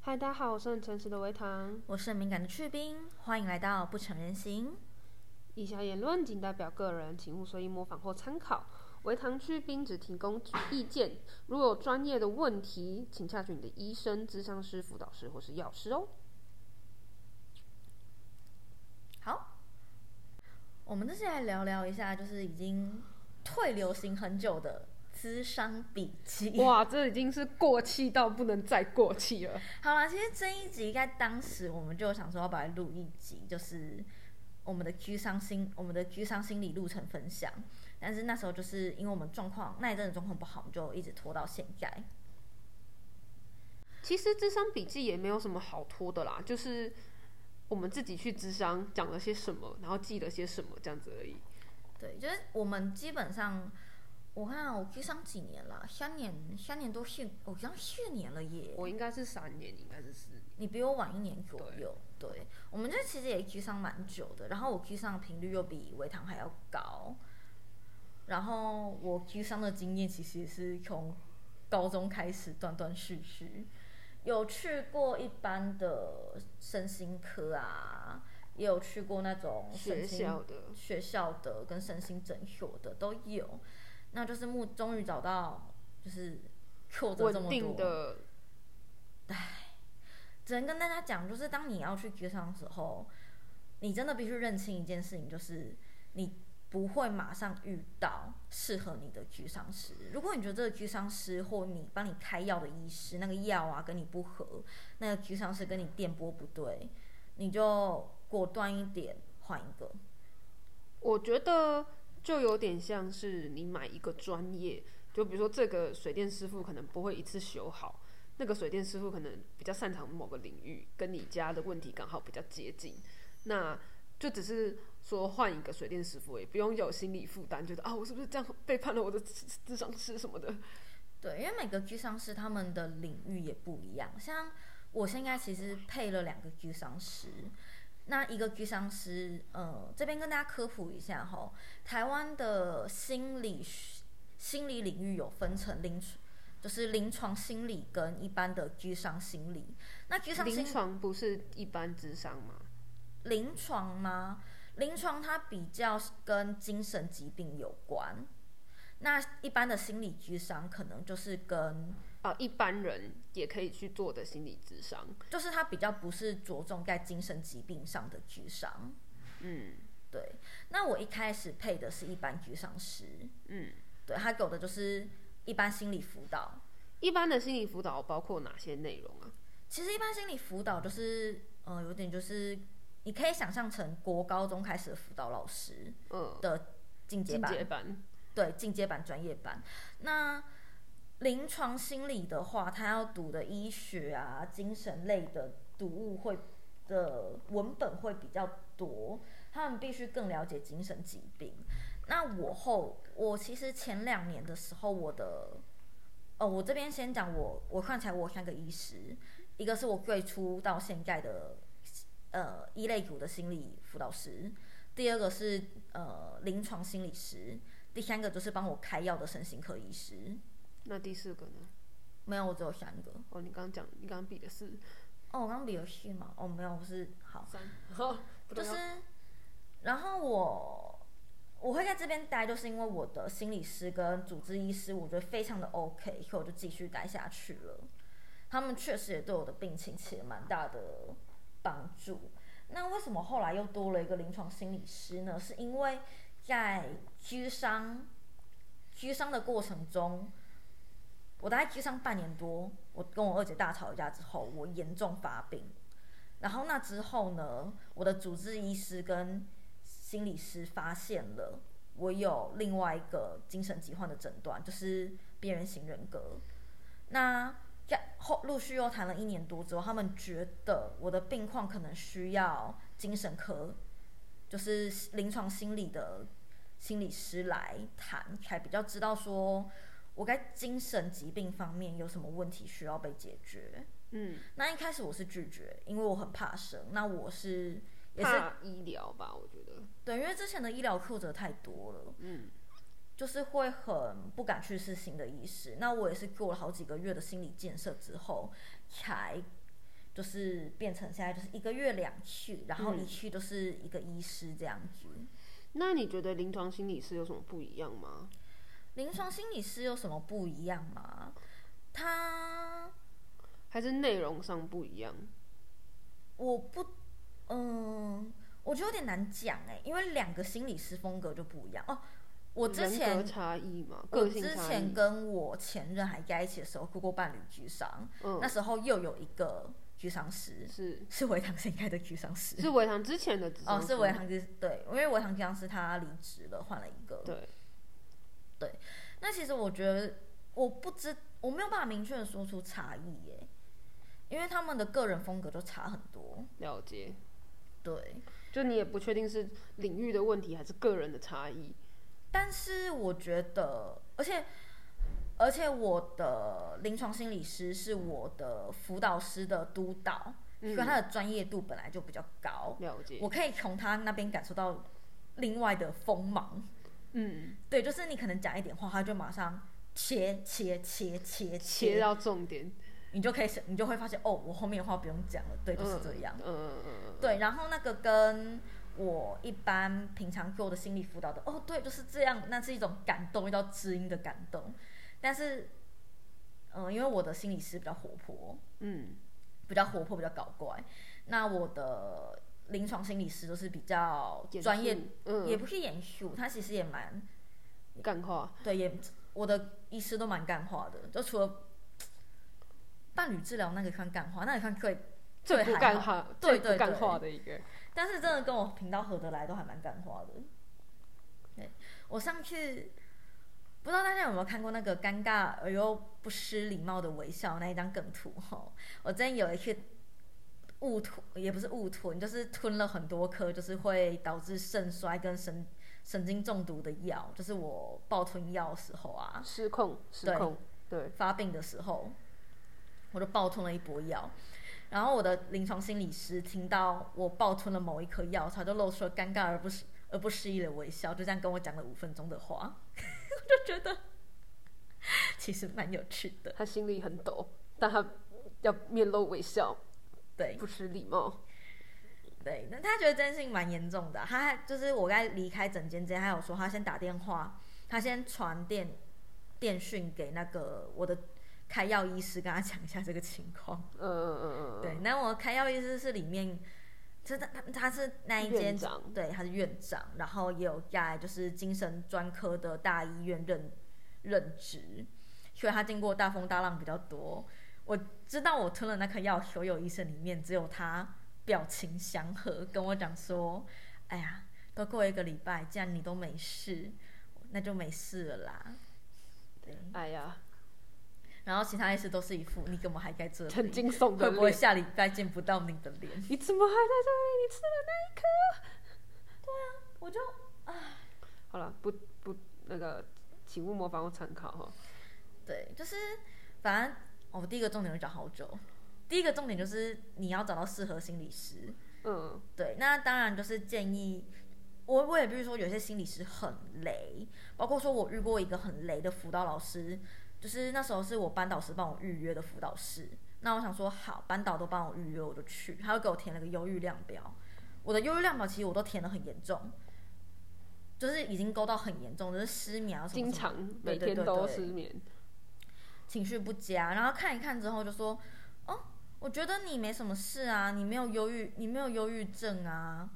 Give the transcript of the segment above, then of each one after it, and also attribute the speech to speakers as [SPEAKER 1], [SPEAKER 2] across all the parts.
[SPEAKER 1] 嗨，大家好，我是很诚实的维糖。
[SPEAKER 2] 我是敏感的去冰，欢迎来到不成人形。
[SPEAKER 1] 以下言论仅代表个人，请勿随意模仿或参考。维糖去冰只提供意见，如有专业的问题，请洽询你的医生、咨商师、辅导师或是药师哦。
[SPEAKER 2] 好，我们这次来聊聊一下，就是已经退流行很久的资商笔记。
[SPEAKER 1] 哇，这已经是过气到不能再过气了。
[SPEAKER 2] 好啦，其实这一集在当时我们就想说要把它录一集，就是我们的居商心，我们的居商心理路程分享。但是那时候就是因为我们状况那一阵子状况不好，我们就一直拖到现在。
[SPEAKER 1] 其实智商笔记也没有什么好拖的啦，就是我们自己去智商讲了些什么，然后记了些什么这样子而已。
[SPEAKER 2] 对，就是我们基本上，我看啊我居商几年了，三年，三年多去，我居商四年了耶。
[SPEAKER 1] 我应该是三年，你应该是四年。
[SPEAKER 2] 你比我晚一年左右，对我们这其实也居上蛮久的，然后我居上的频率又比维糖还要高，然后我居上的经验其实也是从高中开始断断续续，有去过一般的身心科啊，也有去过那种身
[SPEAKER 1] 学
[SPEAKER 2] 心
[SPEAKER 1] 校的
[SPEAKER 2] 学校的跟身心诊所的都有，那就是目终于找到就是挫折这
[SPEAKER 1] 稳
[SPEAKER 2] 么
[SPEAKER 1] 定
[SPEAKER 2] 多
[SPEAKER 1] 的
[SPEAKER 2] 只能跟大家讲，就是当你要去绝商的时候，你真的必须认清一件事情，就是你不会马上遇到适合你的居商师。如果你觉得这个居商师或你帮你开药的医师那个药啊跟你不合，那个居商师跟你电波不对，你就果断一点换一个。
[SPEAKER 1] 我觉得就有点像是你买一个专业，就比如说这个水电师傅可能不会一次修好，那个水电师傅可能比较擅长某个领域，跟你家的问题刚好比较接近，那就只是说换一个水电师傅，也不用有心理负担，觉得啊我是不是这样背叛了我的智智商师什么的。
[SPEAKER 2] 对，因为每个居商师他们的领域也不一样，像我现在其实配了两个居商师，那一个居商师，呃，这边跟大家科普一下哈，台湾的心理学心理领域有分成临床，就是临床心理跟一般的居商心理，那居商心
[SPEAKER 1] 临床不是一般智商吗？
[SPEAKER 2] 临床吗？临床它比较跟精神疾病有关，那一般的心理居商可能就是跟
[SPEAKER 1] 啊，一般人也可以去做的心理智商，
[SPEAKER 2] 就是它比较不是着重在精神疾病上的居商。
[SPEAKER 1] 嗯
[SPEAKER 2] 对，那我一开始配的是一般居商师，
[SPEAKER 1] 嗯。
[SPEAKER 2] 对他给我的就是一般心理辅导。
[SPEAKER 1] 一般的心理辅导包括哪些内容啊？
[SPEAKER 2] 其实一般心理辅导就是，呃，有点就是你可以想象成国高中开始的辅导老师
[SPEAKER 1] 嗯，
[SPEAKER 2] 的进阶
[SPEAKER 1] 进
[SPEAKER 2] 版，
[SPEAKER 1] 阶版，
[SPEAKER 2] 对进阶版专业版。那临床心理的话，他要读的医学啊、精神类的读物会的文本会比较多，他们必须更了解精神疾病。那我后我其实前两年的时候，我的哦，我这边先讲我我看起来我有三个医师，一个是我最初到现在的呃一类组的心理辅导师，第二个是呃临床心理师，第三个就是帮我开药的身心科医师。
[SPEAKER 1] 那第四个呢？
[SPEAKER 2] 没有，我只有三个。
[SPEAKER 1] 哦，你刚刚讲，你刚刚比的是
[SPEAKER 2] 哦，我刚刚比游戏嘛？哦，没有，我是好，
[SPEAKER 1] 三， 好，不
[SPEAKER 2] 就
[SPEAKER 1] 重要
[SPEAKER 2] 是，然后我我会在这边待，就是因为我的心理师跟主治医师，我觉得非常的 OK，所以我就继续待下去了。他们确实也对我的病情起了蛮大的帮助。那为什么后来又多了一个临床心理师呢？是因为在居商居商的过程中，我大概居商半年多，我跟我二姐大吵一架之后，我严重发病。然后那之后呢，我的主治医师跟心理师发现了我有另外一个精神疾患的诊断，就是边缘型人格。那在后陆续又谈了一年多之后，他们觉得我的病况可能需要精神科，就是临床心理的心理师来谈，才比较知道说我该精神疾病方面有什么问题需要被解决。
[SPEAKER 1] 嗯，
[SPEAKER 2] 那一开始我是拒绝，因为我很怕生。那我是也是
[SPEAKER 1] 怕医疗吧，我觉得，
[SPEAKER 2] 对，因为之前的医疗挫折太多了，
[SPEAKER 1] 嗯，
[SPEAKER 2] 就是会很不敢去试新的医师。那我也是做了好几个月的心理建设之后，才就是变成现在就是一个月两去，然后一去都是一个医师这样子。
[SPEAKER 1] 那你觉得临床心理师有什么不一样吗？
[SPEAKER 2] 临床心理师有什么不一样吗？他
[SPEAKER 1] 还是内容上不一样？
[SPEAKER 2] 我不，嗯，我觉得有点难讲哎、因为两个心理师风格就不一样哦。我之
[SPEAKER 1] 人格
[SPEAKER 2] 前
[SPEAKER 1] 差异嘛，
[SPEAKER 2] 我
[SPEAKER 1] 个性
[SPEAKER 2] 之
[SPEAKER 1] 差异
[SPEAKER 2] 前。跟我前任还在一起的时候，哭过伴侣居伤，
[SPEAKER 1] 嗯
[SPEAKER 2] 那时候又有一个居伤师，
[SPEAKER 1] 是
[SPEAKER 2] 是维唐应该的居伤师，
[SPEAKER 1] 是维唐之前的智商
[SPEAKER 2] 哦，
[SPEAKER 1] 师
[SPEAKER 2] 是维唐居对，因为维唐居伤师他离职了，换了一个。
[SPEAKER 1] 对，
[SPEAKER 2] 那其实我觉得我不知我没有办法明确的说出差异耶，因为他们的个人风格就差很多。
[SPEAKER 1] 了解。
[SPEAKER 2] 对，
[SPEAKER 1] 就你也不确定是领域的问题还是个人的差异。
[SPEAKER 2] 但是我觉得，而且而且我的临床心理师是我的辅导师的督导，所以
[SPEAKER 1] 嗯，
[SPEAKER 2] 他的专业度本来就比较高，
[SPEAKER 1] 了解。
[SPEAKER 2] 我可以从他那边感受到另外的锋芒。
[SPEAKER 1] 嗯，
[SPEAKER 2] 对，就是你可能讲一点话，他就马上切切切切
[SPEAKER 1] 切到重点。
[SPEAKER 2] 你就可以是，你就会发现哦，我后面的话不用讲了，对，就是
[SPEAKER 1] 嗯
[SPEAKER 2] 这样。
[SPEAKER 1] 嗯嗯嗯嗯。
[SPEAKER 2] 对，然后那个跟我一般平常做的心理辅导的，哦，对，就是这样，那是一种感动，遇到知音的感动。但是，嗯、因为我的心理师比较活泼，
[SPEAKER 1] 嗯，
[SPEAKER 2] 比较活泼，比较搞怪，那我的临床心理师就是比较
[SPEAKER 1] 严
[SPEAKER 2] 专业
[SPEAKER 1] 肃，嗯，
[SPEAKER 2] 也不是严肃，他其实也蛮
[SPEAKER 1] 干话。
[SPEAKER 2] 对，也我的医师都蛮干话的，就除了伴侣治疗那个算干话，那个算最
[SPEAKER 1] 最不
[SPEAKER 2] 还
[SPEAKER 1] 干
[SPEAKER 2] 好，
[SPEAKER 1] 话，
[SPEAKER 2] 对
[SPEAKER 1] 最
[SPEAKER 2] 对
[SPEAKER 1] 不干
[SPEAKER 2] 对
[SPEAKER 1] 话的一个。
[SPEAKER 2] 但是真的跟我频道合得来，都还蛮干话的。对我上去，不知道大家有没有看过那个尴尬而又不失礼貌的微笑那一张梗图哈？我之前有一次误吞，也不是误吞，就是吞了很多颗，就是会导致肾衰跟神神经中毒的药，就是我暴吞药的时候啊，
[SPEAKER 1] 失控，失
[SPEAKER 2] 对
[SPEAKER 1] 控，对，
[SPEAKER 2] 发病的时候，我就暴吞了一波药。然后我的临床心理师听到我暴吞了某一颗药，他就露出了尴尬而不是而不失意的微笑，就这样跟我讲了五分钟的话， 我就觉得其实蛮有趣的。
[SPEAKER 1] 他心里很抖，但他要面露微笑，
[SPEAKER 2] 对
[SPEAKER 1] 不失礼貌。
[SPEAKER 2] 对，那他觉得真性蛮严重的啊。他还就是我该离开整间之前，他有说他先打电话，他先传电电讯给那个我的开药医师，跟他讲一下这个情况。
[SPEAKER 1] 嗯嗯嗯嗯，
[SPEAKER 2] 对，那我开药医师是里面，就是他他他是那一间
[SPEAKER 1] 院长
[SPEAKER 2] 对，他是院长，然后也有在就是精神专科的大医院任任职，所以他经过大风大浪比较多。我知道我吞了那颗药，所有医生里面只有他表情祥和，跟我讲说：“哎呀，都过一个礼拜，既然你都没事，那就没事了啦。”对，
[SPEAKER 1] 嗯哎呀，
[SPEAKER 2] 然后其他医师都是一副你怎么还在这
[SPEAKER 1] 很
[SPEAKER 2] 里？
[SPEAKER 1] 惊悚
[SPEAKER 2] 会
[SPEAKER 1] 的
[SPEAKER 2] 不会
[SPEAKER 1] 脸。
[SPEAKER 2] 下礼拜见不到你的脸？
[SPEAKER 1] 你怎么还在这里？你吃了那一颗？
[SPEAKER 2] 我就
[SPEAKER 1] 好了，不不，那个，请勿模仿我参考哈。
[SPEAKER 2] 对，就是反正哦我、第一个重点就讲好久，第一个重点就是你要找到适合心理师。
[SPEAKER 1] 嗯，
[SPEAKER 2] 对，那当然就是建议我，我也必须说，有些心理师很雷，包括说我遇过一个很雷的辅导老师，就是那时候是我班导师帮我预约的辅导师。那我想说，好，班导都帮我预约，我就去。他又给我填了个忧郁量表，我的忧郁量表其实我都填的很严重，就是已经勾到很严重，就是失眠啊什么什
[SPEAKER 1] 经
[SPEAKER 2] 么的
[SPEAKER 1] 常
[SPEAKER 2] 对
[SPEAKER 1] 每
[SPEAKER 2] 对
[SPEAKER 1] 天
[SPEAKER 2] 对
[SPEAKER 1] 都
[SPEAKER 2] 对
[SPEAKER 1] 失眠。
[SPEAKER 2] 情绪不佳，然后看一看之后就说，哦，我觉得你没什么事啊，你没有忧郁，你没有忧郁症啊，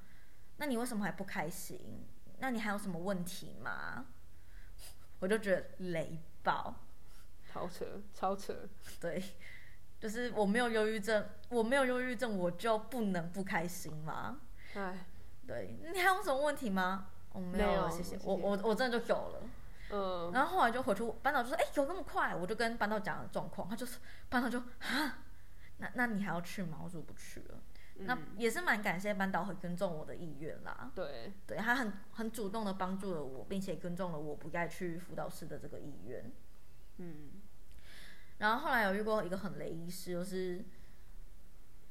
[SPEAKER 2] 那你为什么还不开心？那你还有什么问题吗？ 我就觉得雷爆，
[SPEAKER 1] 超扯，超扯，
[SPEAKER 2] 对，就是我没有忧郁症，我没有忧郁症，我就不能不开心吗？
[SPEAKER 1] 哎，
[SPEAKER 2] 对，你还有什么问题吗？我、没
[SPEAKER 1] 没
[SPEAKER 2] 有啊
[SPEAKER 1] 有
[SPEAKER 2] 了，谢谢
[SPEAKER 1] 谢。谢
[SPEAKER 2] 我我我真的就有了。
[SPEAKER 1] 嗯，
[SPEAKER 2] 然后后来就回去，班导就说：“哎、有那么快？”我就跟班导讲了状况，他就说：“班导就啊，那那你还要去吗？”我说：“不去了。”那
[SPEAKER 1] 嗯
[SPEAKER 2] 也是蛮感谢班导很尊重我的意愿啦，
[SPEAKER 1] 对，
[SPEAKER 2] 对他很很主动的帮助了我，并且尊重了我不该去辅导室的这个意愿。
[SPEAKER 1] 嗯，
[SPEAKER 2] 然后后来有遇过一个很雷医师，就是，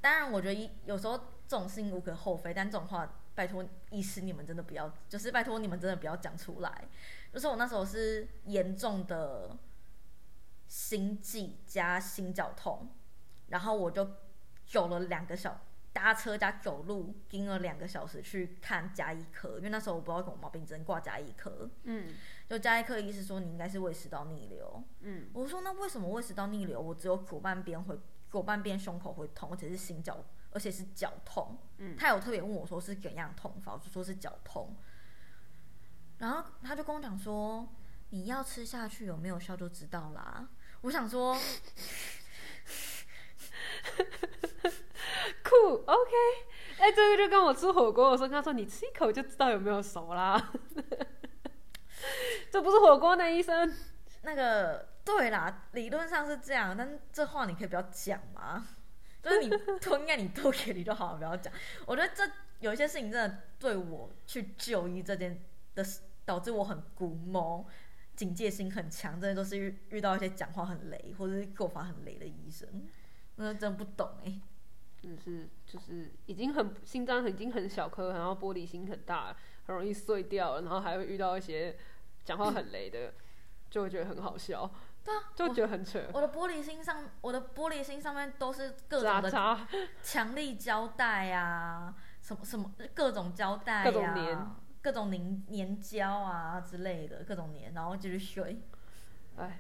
[SPEAKER 2] 当然我觉得医有时候这种事情无可厚非，但这种话拜托医师你们真的不要，就是拜托你们真的不要讲出来。就是我那时候是严重的心悸加心绞痛，然后我就走了两个小搭车加走路，盯了两个小时去看加医科，因为那时候我不知道什么毛病，只能挂加医科。
[SPEAKER 1] 嗯
[SPEAKER 2] 就加医科医师说你应该是胃食道逆流，
[SPEAKER 1] 嗯
[SPEAKER 2] 我说那为什么胃食道逆流？我只有左半边会左半边胸口会痛，而且是心绞，而且是绞痛。
[SPEAKER 1] 嗯
[SPEAKER 2] 他有特别问我说是怎样痛法，我就说是绞痛。然后他就跟我讲说，你要吃下去有没有效就知道啦。我想说，
[SPEAKER 1] 酷，OK，哎、这个就跟我吃火锅，我说跟他说你吃一口就知道有没有熟啦， 这不是火锅呢，医生。
[SPEAKER 2] 那个对啦，理论上是这样，但是这话你可以不要讲嘛，就是你吞咽你吐给你就好了，不要讲。我觉得这有一些事情真的对我去就医这件的事，导致我很古猫，警戒心很强，真的都是遇遇到一些讲话很雷或者是做法很雷的医生，那真的不懂哎、
[SPEAKER 1] 就是就是已经很心脏已经很小颗，然后玻璃心很大，很容易碎掉了，然后还会遇到一些讲话很雷的，就会觉得很好笑，
[SPEAKER 2] 对啊，
[SPEAKER 1] 就觉得很扯，
[SPEAKER 2] 我的玻璃心上，我的玻璃心上面都是各种
[SPEAKER 1] 渣
[SPEAKER 2] 的
[SPEAKER 1] 渣，
[SPEAKER 2] 强力胶带啊，什么什么各种胶带、啊，
[SPEAKER 1] 各种粘
[SPEAKER 2] 各种粘粘胶啊之类的，各种粘，然后就是水。
[SPEAKER 1] 哎，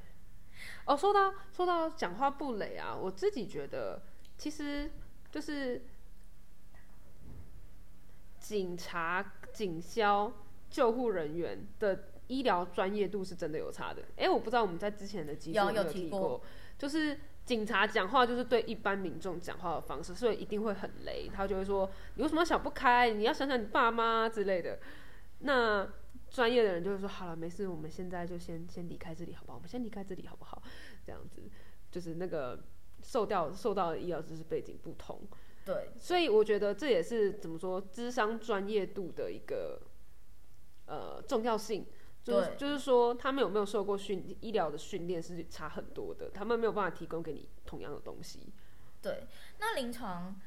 [SPEAKER 1] 哦，说到说到讲话不累啊，我自己觉得其实就是警察、警消、救护人员的医疗专业度是真的有差的。哎，我不知道我们在之前的集数
[SPEAKER 2] 有
[SPEAKER 1] 没
[SPEAKER 2] 有提
[SPEAKER 1] 提
[SPEAKER 2] 过
[SPEAKER 1] 就是。警察讲话就是对一般民众讲话的方式，所以一定会很雷。他就会说：“你为什么想不开？你要想想你爸妈之类的。”那专业的人就会说：“好了，没事，我们现在就先先离开这里，好不好？我们先离开这里，好不好？”这样子，就是那个受到受到的医疗知识背景不同，
[SPEAKER 2] 对，
[SPEAKER 1] 所以我觉得这也是怎么说，智商专业度的一个呃重要性。就是
[SPEAKER 2] 对
[SPEAKER 1] 就是说，他们有没有受过训医疗的训练是差很多的，他们没有办法提供给你同样的东西。
[SPEAKER 2] 对，那临床，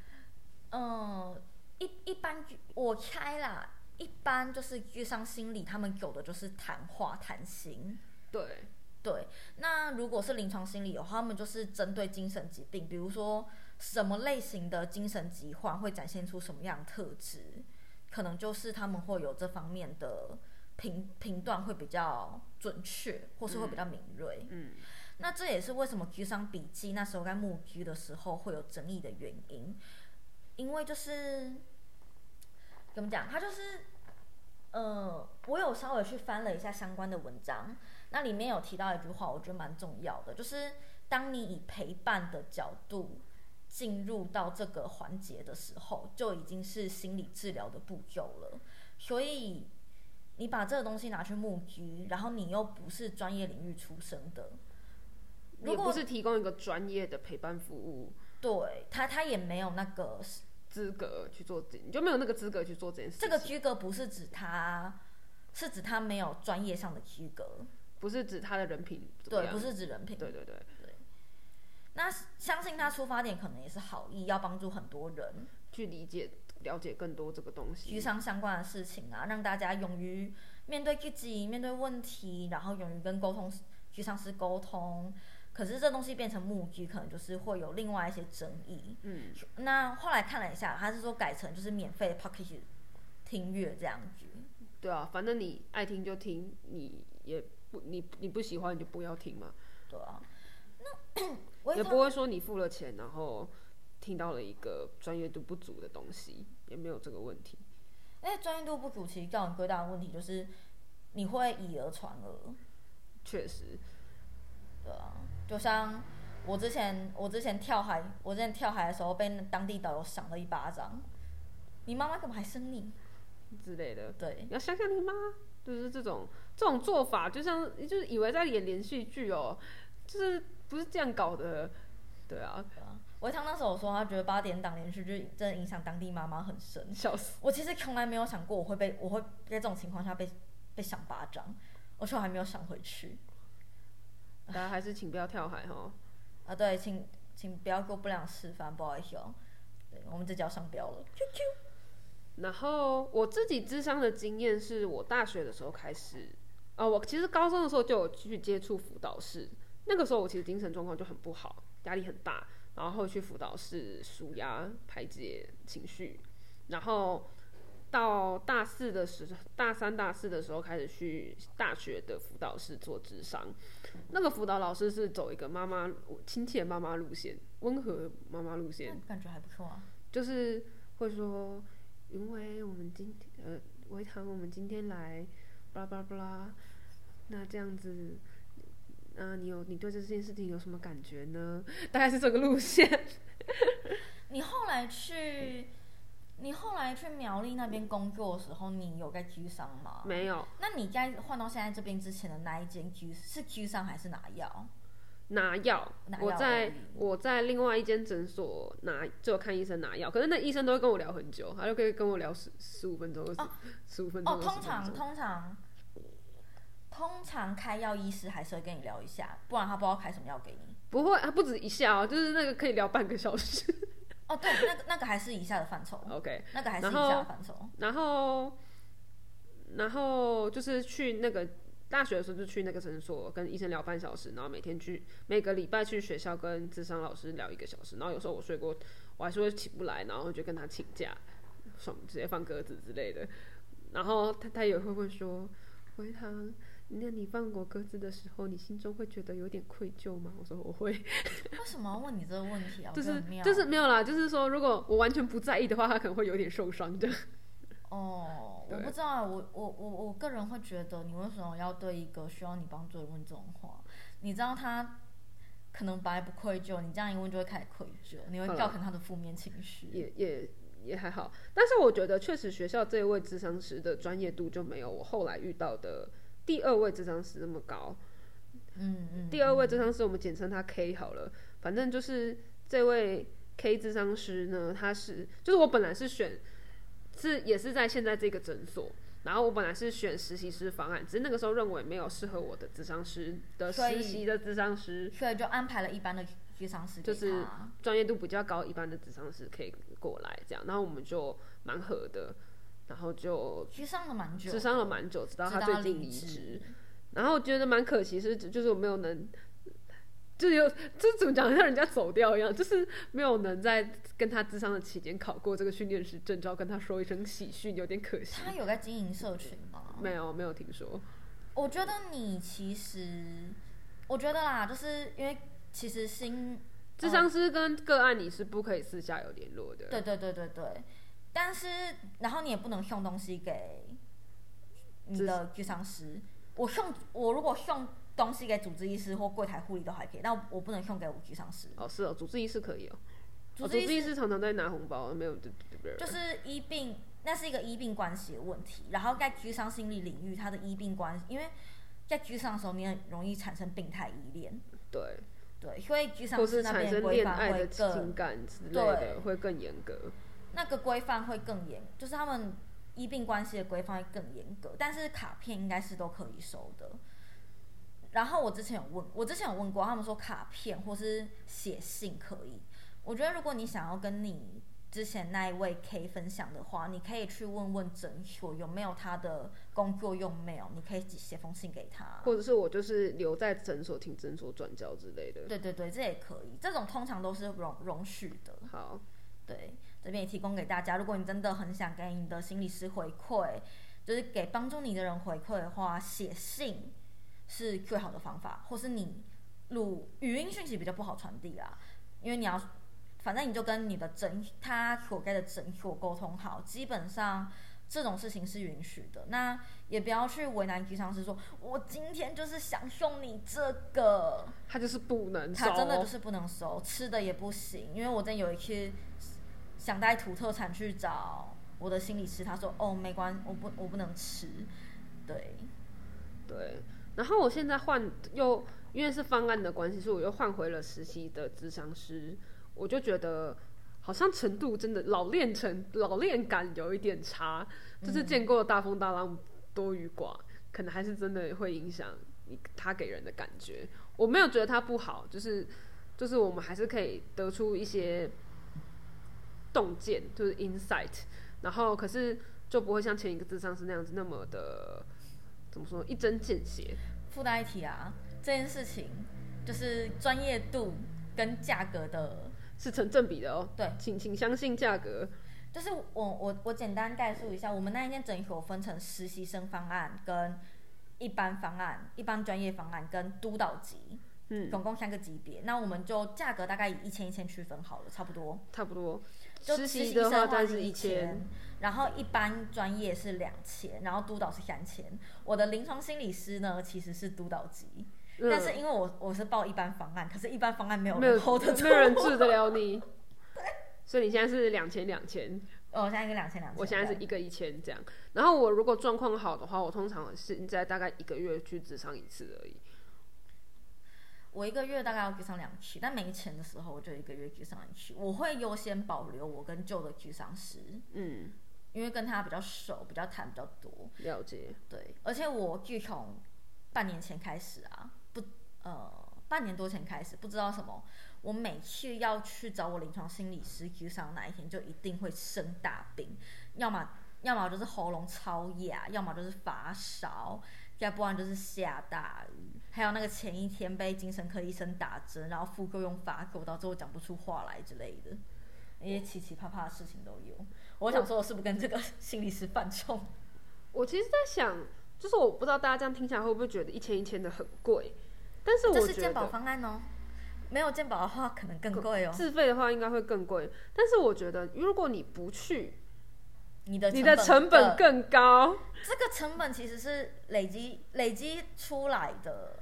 [SPEAKER 2] 嗯、一一般我猜啦，一般就是遇上心理，他们有的就是谈话谈心。
[SPEAKER 1] 对，
[SPEAKER 2] 对，那如果是临床心理的话，他们就是针对精神疾病，比如说什么类型的精神疾患会展现出什么样的特质，可能就是他们会有这方面的评评断会比较准确，或是会比较敏锐。
[SPEAKER 1] 嗯
[SPEAKER 2] 那这也是为什么居商笔记那时候在募居的时候会有争议的原因，因为就是怎么讲，它就是呃，我有稍微去翻了一下相关的文章，那里面有提到一句话，我觉得蛮重要的，就是当你以陪伴的角度进入到这个环节的时候，就已经是心理治疗的步骤了，所以。你把这个东西拿去募集，然后你又不是专业领域出身的，如
[SPEAKER 1] 也
[SPEAKER 2] 果
[SPEAKER 1] 不是提供一个专业的陪伴服务
[SPEAKER 2] 对他，他也没有那个
[SPEAKER 1] 资格去做这，你就没有那个资格去做这件事情。
[SPEAKER 2] 这个居格，不是指他，是指他没有专业上的居格，
[SPEAKER 1] 不是指他的人品怎么
[SPEAKER 2] 对，
[SPEAKER 1] 样
[SPEAKER 2] 不是指人品。
[SPEAKER 1] 对对对，
[SPEAKER 2] 那相信他出发点可能也是好意，要帮助很多人，
[SPEAKER 1] 去理解、了解更多这个东
[SPEAKER 2] 居
[SPEAKER 1] 西。
[SPEAKER 2] 上相关的事情啊，让大家勇于面对自己，面对问题，然后勇于跟沟通居上师沟通。可是这东西变成木居，可能就是会有另外一些争议。
[SPEAKER 1] 嗯，
[SPEAKER 2] 那后来看了一下，他是说改成就是免费 p o c k e t 听乐这样子。
[SPEAKER 1] 对啊，反正你爱听就听，你也不你你不喜欢你就不要听嘛，
[SPEAKER 2] 对啊， 那我
[SPEAKER 1] 也
[SPEAKER 2] 也
[SPEAKER 1] 不会说你付了钱然后听到了一个专业度不足的东西，也没有这个问题。
[SPEAKER 2] 哎，专业度不足，其实让人最大的问题就是你会以讹传讹，
[SPEAKER 1] 确实，
[SPEAKER 2] 对啊，就像我之前我之前跳海，我之前跳海的时候被那当地导游赏了一巴掌，你妈妈干嘛还生你？
[SPEAKER 1] 之类的，
[SPEAKER 2] 对
[SPEAKER 1] 你要想想你妈，就是这种这种做法，就像就是以为在演连续剧哦，就是不是这样搞的，对啊，
[SPEAKER 2] 对啊，维汤那时候说他觉得八点档连续剧真的影响当地妈妈很深，
[SPEAKER 1] 笑死。
[SPEAKER 2] 我其实从来没有想过我会被我会在这种情况下被被赏巴掌，而且我还没有赏回去
[SPEAKER 1] 大家还是请不要跳海哈。
[SPEAKER 2] 啊，对，请请不要给我不良示范，不好意思哦，对我们这就要上标了。
[SPEAKER 1] 然后我自己智商的经验是我大学的时候开始，呃，我其实高中的时候就有去接触辅导室，那个时候我其实精神状况就很不好，压力很大，然后后续辅导是舒压排解情绪，然后到大四的时，大三大四的时候开始去大学的辅导室做智商，那个辅导老师是走一个妈妈亲切妈妈路线，温和妈妈路线，
[SPEAKER 2] 感觉还不错啊。
[SPEAKER 1] 就是会说，因为我们今天呃维唐我们今天来，巴拉巴拉巴拉，呃那这样子，那你有你对这件事情有什么感觉呢？ 大概是这个路线。
[SPEAKER 2] 你后来去，你后来去苗栗那边工作的时候，你有在居商吗？
[SPEAKER 1] 没 有
[SPEAKER 2] 那你在换到现在这边之前的那一间居是居商还是哪啊药？
[SPEAKER 1] 拿药
[SPEAKER 2] 拿，药
[SPEAKER 1] 我
[SPEAKER 2] 而已
[SPEAKER 1] 在我在另外一间诊所拿，就看医生拿药，可是那医生都会跟我聊很久，他就可以跟我聊十十五分钟、二十十五分钟。
[SPEAKER 2] 哦，通
[SPEAKER 1] 20
[SPEAKER 2] 常
[SPEAKER 1] 分钟
[SPEAKER 2] 通常通常开药医师还是会跟你聊一下，不然他不知道开什么药给你。
[SPEAKER 1] 不会，他不止一下哦，就是那个可以聊半个小时。
[SPEAKER 2] 哦，对，那个那个还是以下的范畴，
[SPEAKER 1] OK，
[SPEAKER 2] 那个还是以
[SPEAKER 1] 然后
[SPEAKER 2] 下的范畴。
[SPEAKER 1] 然后，然后就是去那个大学的时候就去那个诊所跟医生聊半小时，然后每天去每个礼拜去学校跟智商老师聊一个小时，然后有时候我睡过，我还是会起不来，然后就跟他请假，爽直接放鸽子之类的。然后他他也会问说，维唐，那你放我鸽子的时候，你心中会觉得有点愧疚吗？我说我会。
[SPEAKER 2] 为什么要问你这个问题啊？我
[SPEAKER 1] 就
[SPEAKER 2] 觉得
[SPEAKER 1] 是
[SPEAKER 2] 很妙
[SPEAKER 1] 就是哦没有啦，就是说，如果我完全不在意的话，他可能会有点受伤的。
[SPEAKER 2] 哦，我
[SPEAKER 1] 对
[SPEAKER 2] 不知道啊，我我我我个人会觉得，你为什么要对一个需要你帮助的人问这种话？你知道他可能本来不愧疚，你这样一问就会开始愧疚，你会
[SPEAKER 1] 好了
[SPEAKER 2] 造成他的负面情绪。
[SPEAKER 1] 嗯也也也还好，但是我觉得确实学校这一位智商师的专业度就没有我后来遇到的第二位智商师那么高。
[SPEAKER 2] 嗯嗯，
[SPEAKER 1] 第二位智商师我们简称他 K 好了，反正就是这位 K 智商师呢，他是就是我本来是选是也是在现在这个诊所。然后我本来是选实习师方案，只是那个时候认为没有适合我的智商师的
[SPEAKER 2] 所以
[SPEAKER 1] 实习的智商师，
[SPEAKER 2] 所以就安排了一般的剧场师给
[SPEAKER 1] 就
[SPEAKER 2] 他。
[SPEAKER 1] 是专业度比较高一般的智商师可以过来这样，然后我们就蛮合的，然后就
[SPEAKER 2] 去上了蛮久，
[SPEAKER 1] 智商了蛮久，直到
[SPEAKER 2] 直到
[SPEAKER 1] 他
[SPEAKER 2] 他
[SPEAKER 1] 最近
[SPEAKER 2] 离
[SPEAKER 1] 离
[SPEAKER 2] 职
[SPEAKER 1] 职，然后觉得蛮可惜是就是我没有能。就是有，这怎么讲？像人家走掉一样，就是没有能在跟他智商的期间考过这个训练师证照，跟他说一声喜讯，有点可 惜。
[SPEAKER 2] 他有在经营社群吗？
[SPEAKER 1] 没有，没有听说。
[SPEAKER 2] 嗯我觉得你其实，我觉得啦，就是因为其实新
[SPEAKER 1] 智商师跟个案你是不可以私下有联络的。
[SPEAKER 2] 对对对对对，但是然后你也不能送东西给你的剧商师。我送我如果送东西给主治医师或柜台护理都还可以，但我不能送给我剧商师。
[SPEAKER 1] 哦，是哦，主治医师可以哦。
[SPEAKER 2] 主
[SPEAKER 1] 哦
[SPEAKER 2] 治
[SPEAKER 1] 主
[SPEAKER 2] 医
[SPEAKER 1] 治
[SPEAKER 2] 师
[SPEAKER 1] 医师常常在拿红包，没有对对对。
[SPEAKER 2] 就是医病，那是一个医病关系的问题。然后在居上心理领域，它的医病关系，因为在居上的时候，你很容易产生病态依恋，
[SPEAKER 1] 对，
[SPEAKER 2] 对，所以居上
[SPEAKER 1] 或是
[SPEAKER 2] 是那
[SPEAKER 1] 产
[SPEAKER 2] 边
[SPEAKER 1] 生
[SPEAKER 2] 规
[SPEAKER 1] 恋
[SPEAKER 2] 范
[SPEAKER 1] 爱
[SPEAKER 2] 会
[SPEAKER 1] 的情
[SPEAKER 2] 更
[SPEAKER 1] 感之类
[SPEAKER 2] 对
[SPEAKER 1] 的，会更严格。
[SPEAKER 2] 那个规范会更严，就是他们医病关系的规范会更严格。但是卡片应该是都可以收的。然后我之前有问，我之前有问过，他们说卡片或是写信可以。我觉得如果你想要跟你之前那一位 K 分享的话，你可以去问问诊所有没有他的工作用 mail，你可以写封信给他。
[SPEAKER 1] 或者是我就是留在诊所听诊所转交之类的。
[SPEAKER 2] 对对对，这也可以，这种通常都是容容许的。
[SPEAKER 1] 好，
[SPEAKER 2] 对，这边也提供给大家，如果你真的很想给你的心理师回馈，就是给帮助你的人回馈的话，写信是最好的方法，或是你录语音讯息比较不好传递啦，因为你要，反正你就跟你的诊他所该的诊所沟通好，基本上。这种事情是允许的，那也不要去为难居上师说，我今天就是想送你这个，
[SPEAKER 1] 他就是不能
[SPEAKER 2] 它真的
[SPEAKER 1] 收
[SPEAKER 2] 就是不能熟，吃的也不行。因为我真有一次想带土特产去找我的心理师，他说：“哦，没关，我不我不能吃。”对，
[SPEAKER 1] 对，然后我现在换又因为是方案的关系，所以我又换回了实习的智商师，我就觉得好像程度真的老练程老练感有一点差，就是见过大风大浪多与寡，可能还是真的会影响你他给人的感觉。我没有觉得他不好，就是就是我们还是可以得出一些洞见，就是 insight，然后可是就不会像前一个智商师那样子那么的。怎么说一针见血？
[SPEAKER 2] 附带一提啊，这件事情就是专业度跟价格的
[SPEAKER 1] 是成正比的哦。
[SPEAKER 2] 对，
[SPEAKER 1] 请请相信价格。
[SPEAKER 2] 就是我我我简单概述一下，我们那一间整体有分成实习生方案、跟一般方案、一般专业方案跟督导级，
[SPEAKER 1] 嗯，
[SPEAKER 2] 总共三个级别。那我们就价格大概以一千一千区分好了，差不多。
[SPEAKER 1] 差不多。
[SPEAKER 2] 就
[SPEAKER 1] 实
[SPEAKER 2] 习
[SPEAKER 1] 习
[SPEAKER 2] 生
[SPEAKER 1] 的话，
[SPEAKER 2] 话
[SPEAKER 1] 但
[SPEAKER 2] 是
[SPEAKER 1] 是一千，
[SPEAKER 2] 千，然后一般专业是两千，然后督导是三千。我的临床心理师呢其实是督导级，
[SPEAKER 1] 嗯
[SPEAKER 2] 但是因为我我是报一般方案，可是一般方案没有
[SPEAKER 1] 没有
[SPEAKER 2] 人 hold 得住
[SPEAKER 1] 没有人治得了 你。所以你现在是两千两千，
[SPEAKER 2] 哦，我现在一个两千两千，
[SPEAKER 1] 我现在是一个一千这样。然后我如果状况好的话，我通常是在大概一个月去智商一次而已。
[SPEAKER 2] 我一个月大概要去上两期，但没钱的时候我就一个月去上一期。我会优先保留我跟旧的居上师，
[SPEAKER 1] 嗯，
[SPEAKER 2] 因为跟他比较熟，比较谈比较多。
[SPEAKER 1] 了解。
[SPEAKER 2] 对，而且我自从半年前开始啊，不呃半年多前开始，不知道什么，我每次要去找我临床心理师居上那一天，就一定会生大病，要么要么就是喉咙超哑，要么就是发烧，要不然就是下大雨，还有那个前一天被精神科医生打针，然后副作用发作，到最后讲不出话来之类的。那些奇奇葩葩的事情都有，我想说，我是不是跟这个心理师犯冲？
[SPEAKER 1] 我其实在想，就是我不知道大家这样听起来会不会觉得一千一千的很贵，但是我
[SPEAKER 2] 这是
[SPEAKER 1] 觉
[SPEAKER 2] 鉴宝
[SPEAKER 1] 得
[SPEAKER 2] 方案哦，没有鉴宝的话可能更贵哦。
[SPEAKER 1] 自费的话应该会更贵。但是我觉得如果你不去，
[SPEAKER 2] 你的
[SPEAKER 1] 你的成本
[SPEAKER 2] 更
[SPEAKER 1] 更高。
[SPEAKER 2] 这个成本其实是累积累积出来的。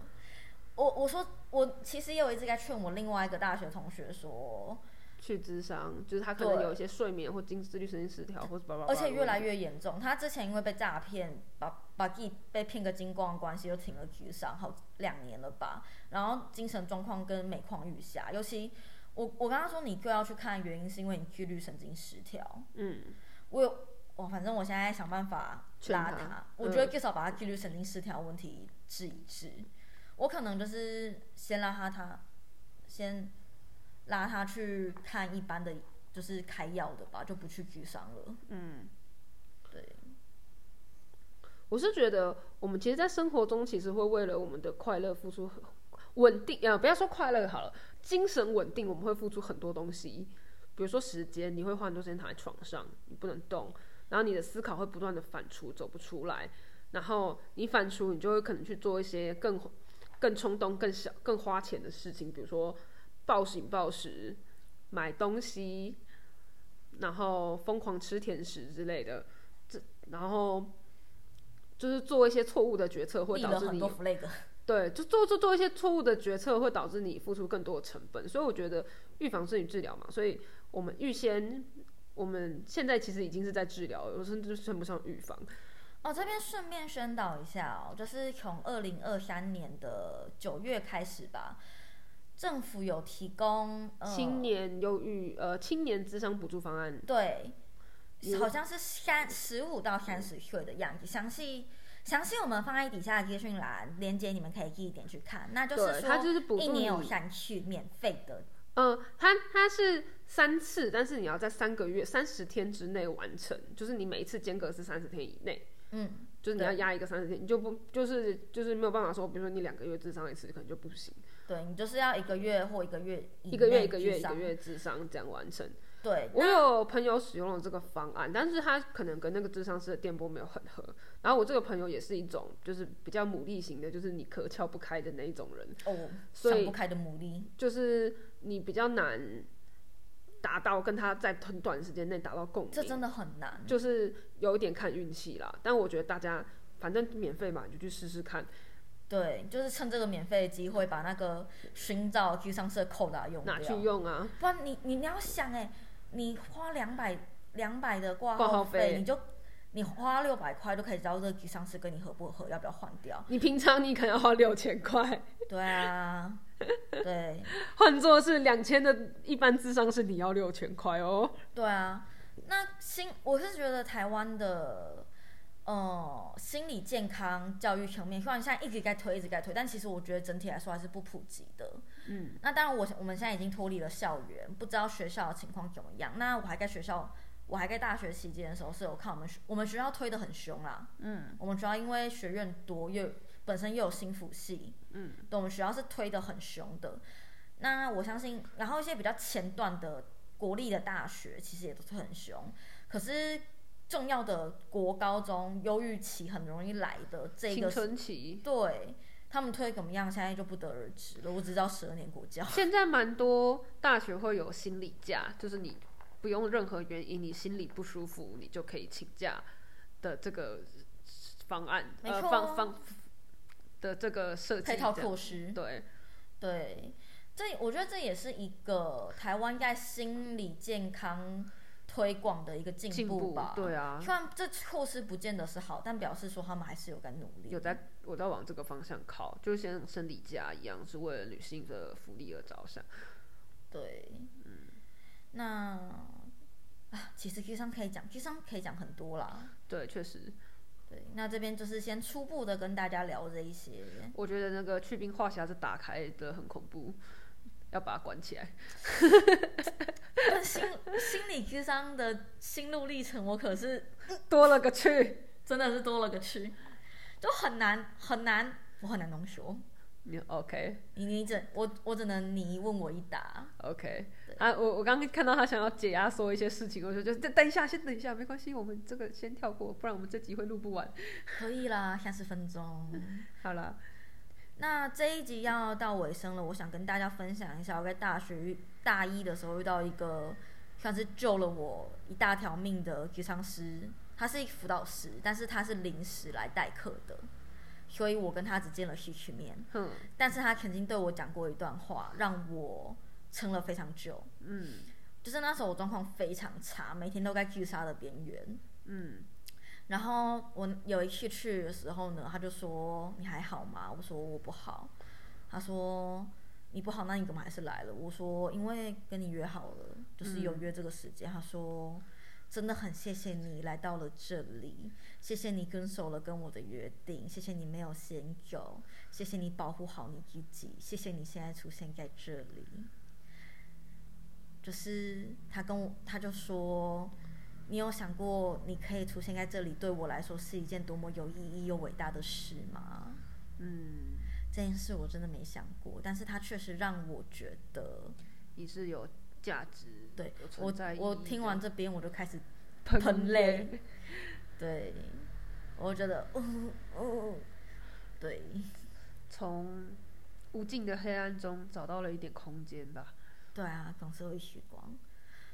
[SPEAKER 2] 我我说我其实也有一直在劝我另外一个大学同学说，
[SPEAKER 1] 去智商，就是他可能
[SPEAKER 2] 对
[SPEAKER 1] 有一些睡眠或精自律神经失调，或者
[SPEAKER 2] 而且越来越严重。他之前因为被诈骗，把把自己被骗个精光的关系，又停了局上好两年了吧。然后精神状况跟每况愈下，尤其我我跟他说你就要去看，原因是因为你自律神经失调。
[SPEAKER 1] 嗯，
[SPEAKER 2] 我有，我反正我现在想办法
[SPEAKER 1] 劝
[SPEAKER 2] 拉
[SPEAKER 1] 他嗯
[SPEAKER 2] 我觉得至少把他自律神经失调问题治一治。我可能就是先拉他他，先拉他去看一般的，就是开药的吧，就不去沮丧了。
[SPEAKER 1] 嗯，
[SPEAKER 2] 对，
[SPEAKER 1] 我是觉得我们其实，在生活中其实会为了我们的快乐付出很稳定，呃，不要说快乐好了，精神稳定，我们会付出很多东西，比如说时间，你会花很多时间躺在床上，你不能动，然后你的思考会不断的反刍，走不出来，然后你反刍，你就会可能去做一些更更冲动、更小、更花钱的事情，比如说暴饮暴食、买东西，然后疯狂吃甜食之类的，这然后就是做一些错误的决策，会
[SPEAKER 2] 立
[SPEAKER 1] 导
[SPEAKER 2] 了
[SPEAKER 1] 致
[SPEAKER 2] 很
[SPEAKER 1] 你
[SPEAKER 2] 多 flag。
[SPEAKER 1] 对，就做做做一些错误的决策，会导致你付出更多的成本。所以我觉得预防胜于治疗嘛，所以我们预先。我们现在其实已经是在治疗了，甚至称不上预防。
[SPEAKER 2] 哦，这边顺便宣导一下哦，就是从二零二三年的九月开始吧，政府有提供、呃、
[SPEAKER 1] 青年忧郁，呃，青年智商补助方案，
[SPEAKER 2] 对，
[SPEAKER 1] 有
[SPEAKER 2] 好像是三十五到三十岁的样子。详细详细我们放在底下的资讯栏链接，你们可以记一点去看。那就是
[SPEAKER 1] 对，它
[SPEAKER 2] 说，
[SPEAKER 1] 就是补助
[SPEAKER 2] 一
[SPEAKER 1] 你
[SPEAKER 2] 年有三次免费的，
[SPEAKER 1] 呃，它它是三次，但是你要在三个月三十天之内完成，就是你每一次间隔是三十天以内，
[SPEAKER 2] 嗯，
[SPEAKER 1] 就是你要压一个三十天，你就不就是就是没有办法说，比如说你两个月智商一次，可能就不行，
[SPEAKER 2] 对你就是要一个月或一个月以
[SPEAKER 1] 一个月
[SPEAKER 2] 内
[SPEAKER 1] 一个
[SPEAKER 2] 去
[SPEAKER 1] 月一个
[SPEAKER 2] 上，
[SPEAKER 1] 月智商这样完成。
[SPEAKER 2] 对，
[SPEAKER 1] 我有朋友使用了这个方案，但是他可能跟那个智商师的电波没有很合。然后我这个朋友也是一种就是比较牡蛎型的，就是你壳撬不开的那一种人，
[SPEAKER 2] 哦，
[SPEAKER 1] 所
[SPEAKER 2] 想
[SPEAKER 1] 以
[SPEAKER 2] 不开的牡蛎，
[SPEAKER 1] 就是你比较难达到跟他在很短时间内达到共鸣。
[SPEAKER 2] 这真的很难。
[SPEAKER 1] 就是有一点看运气啦。但我觉得大家反正免费嘛，你就去试试看，
[SPEAKER 2] 对，就是趁这个免费的机会，把那个寻找居上社扣打用掉
[SPEAKER 1] 拿。去用啊。
[SPEAKER 2] 不然你你你要想哎、你花两百两百的挂
[SPEAKER 1] 挂号
[SPEAKER 2] 费，
[SPEAKER 1] 费？
[SPEAKER 2] 你就你花六百块就可以知道这个局上司跟你合不合，要不要换掉
[SPEAKER 1] 你平常你可能要花六千块，
[SPEAKER 2] 对啊，对啊
[SPEAKER 1] 换作是两千的一般智商是你要六千块哦。
[SPEAKER 2] 对啊。那心我是觉得台湾的。呃，心理健康教育层面，虽然现在一直在推，一直在推，但其实我觉得整体来说还是不普及的。
[SPEAKER 1] 嗯，
[SPEAKER 2] 那当然我，我们现在已经脱离了校园，不知道学校的情况怎么样。那我还在学校，我还在大学期间的时候，是有看我们学我们学校推的很凶啦。嗯，我们学校因为学院多，又本身又有心辅系，嗯，对，我们学校是推的很凶的。那我相信，然后一些比较前段的国立的大学其实也都是很凶，可是重要的国高中忧郁期很容易来的这
[SPEAKER 1] 青
[SPEAKER 2] 个
[SPEAKER 1] 春期。
[SPEAKER 2] 对他们推怎么样，现在就不得而知了。我只知道十二年国教，
[SPEAKER 1] 现在蛮多大学会有心理假，就是你不用任何原因，你心里不舒服，你就可以请假的这个方案，
[SPEAKER 2] 没
[SPEAKER 1] 呃，
[SPEAKER 2] 错啊
[SPEAKER 1] 方方的这个设计
[SPEAKER 2] 配套嗯
[SPEAKER 1] 这样
[SPEAKER 2] 措施。
[SPEAKER 1] 对，
[SPEAKER 2] 对，这我觉得这也是一个台湾在心理健康推广的一个进
[SPEAKER 1] 进步
[SPEAKER 2] 吧。嗯
[SPEAKER 1] 对啊，
[SPEAKER 2] 虽然这措施不见得是好，但表示说他们还是有在努力。
[SPEAKER 1] 有在我在往这个方向靠，就像生理假一样，是为了女性的福利而着想。
[SPEAKER 2] 对，
[SPEAKER 1] 嗯
[SPEAKER 2] 那啊，其实 Q 上可以讲，Q 上可以讲很多啦。
[SPEAKER 1] 对，确实，
[SPEAKER 2] 对，那这边就是先初步的跟大家聊这一些。
[SPEAKER 1] 我觉得那个去冰话匣子打开的很恐怖，要把它关起来。
[SPEAKER 2] 但心心理 Q 商的心路历程，我可是
[SPEAKER 1] 多了个去，
[SPEAKER 2] 真的是多了个区，就很难很难，我很难浓缩。
[SPEAKER 1] 你 OK
[SPEAKER 2] 你你只我我只能你一问我一答，
[SPEAKER 1] OK
[SPEAKER 2] 对
[SPEAKER 1] 啊，我我刚刚看到他想要解压缩一些事情，我就就等等一下，先等一下，没关系，我们这个先跳过，不然我们这集会录不完。
[SPEAKER 2] 可以啦，三十分钟。
[SPEAKER 1] 好啦，
[SPEAKER 2] 那这一集要到尾声了，我想跟大家分享一下我在大学遇大一的时候遇到一个算是救了我一大条命的吉商师，他是一个辅导师，但是他是临时来代课的，所以我跟他只见了戏曲面。
[SPEAKER 1] 哼，
[SPEAKER 2] 但是他曾经对我讲过一段话，让我撑了非常久。
[SPEAKER 1] 嗯
[SPEAKER 2] 就是那时候我状况非常差，每天都在巨杀的边缘。
[SPEAKER 1] 嗯
[SPEAKER 2] 然后我有一次去的时候呢，他就说：“你还好吗？”我说：“我不好。”他说：“你不好，那你干嘛还是来了？”我说：“因为跟你约好了，就是有约这个时间。他说：“真的很谢谢你来到了这里，谢谢你遵守了跟我的约定，谢谢你没有先走，谢谢你保护好你自己，谢谢你现在出现在这里。”就是他跟我，他就说，你有想过你可以出现在这里，对我来说是一件多么有意义又伟大的事吗？
[SPEAKER 1] 嗯，
[SPEAKER 2] 这件事我真的没想过，但是它确实让我觉得，
[SPEAKER 1] 你是有价值，
[SPEAKER 2] 对
[SPEAKER 1] 有
[SPEAKER 2] 我
[SPEAKER 1] 存在
[SPEAKER 2] 我
[SPEAKER 1] 意义
[SPEAKER 2] 听
[SPEAKER 1] 的
[SPEAKER 2] 完这边我就开始，
[SPEAKER 1] 喷
[SPEAKER 2] 喷泪，对我觉得，嗯嗯，对
[SPEAKER 1] 从无尽的黑暗中找到了一点空间吧。
[SPEAKER 2] 对啊，总是会虚光。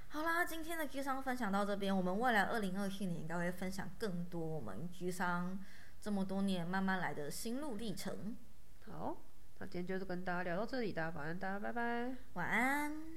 [SPEAKER 2] 好啦，今天的居商分享到这边，我们未来二零二四年应该会分享更多我们居商这么多年慢慢来的心路历程。
[SPEAKER 1] 好，那今天就跟大家聊到这里，大家晚安，大家拜拜。
[SPEAKER 2] 晚安。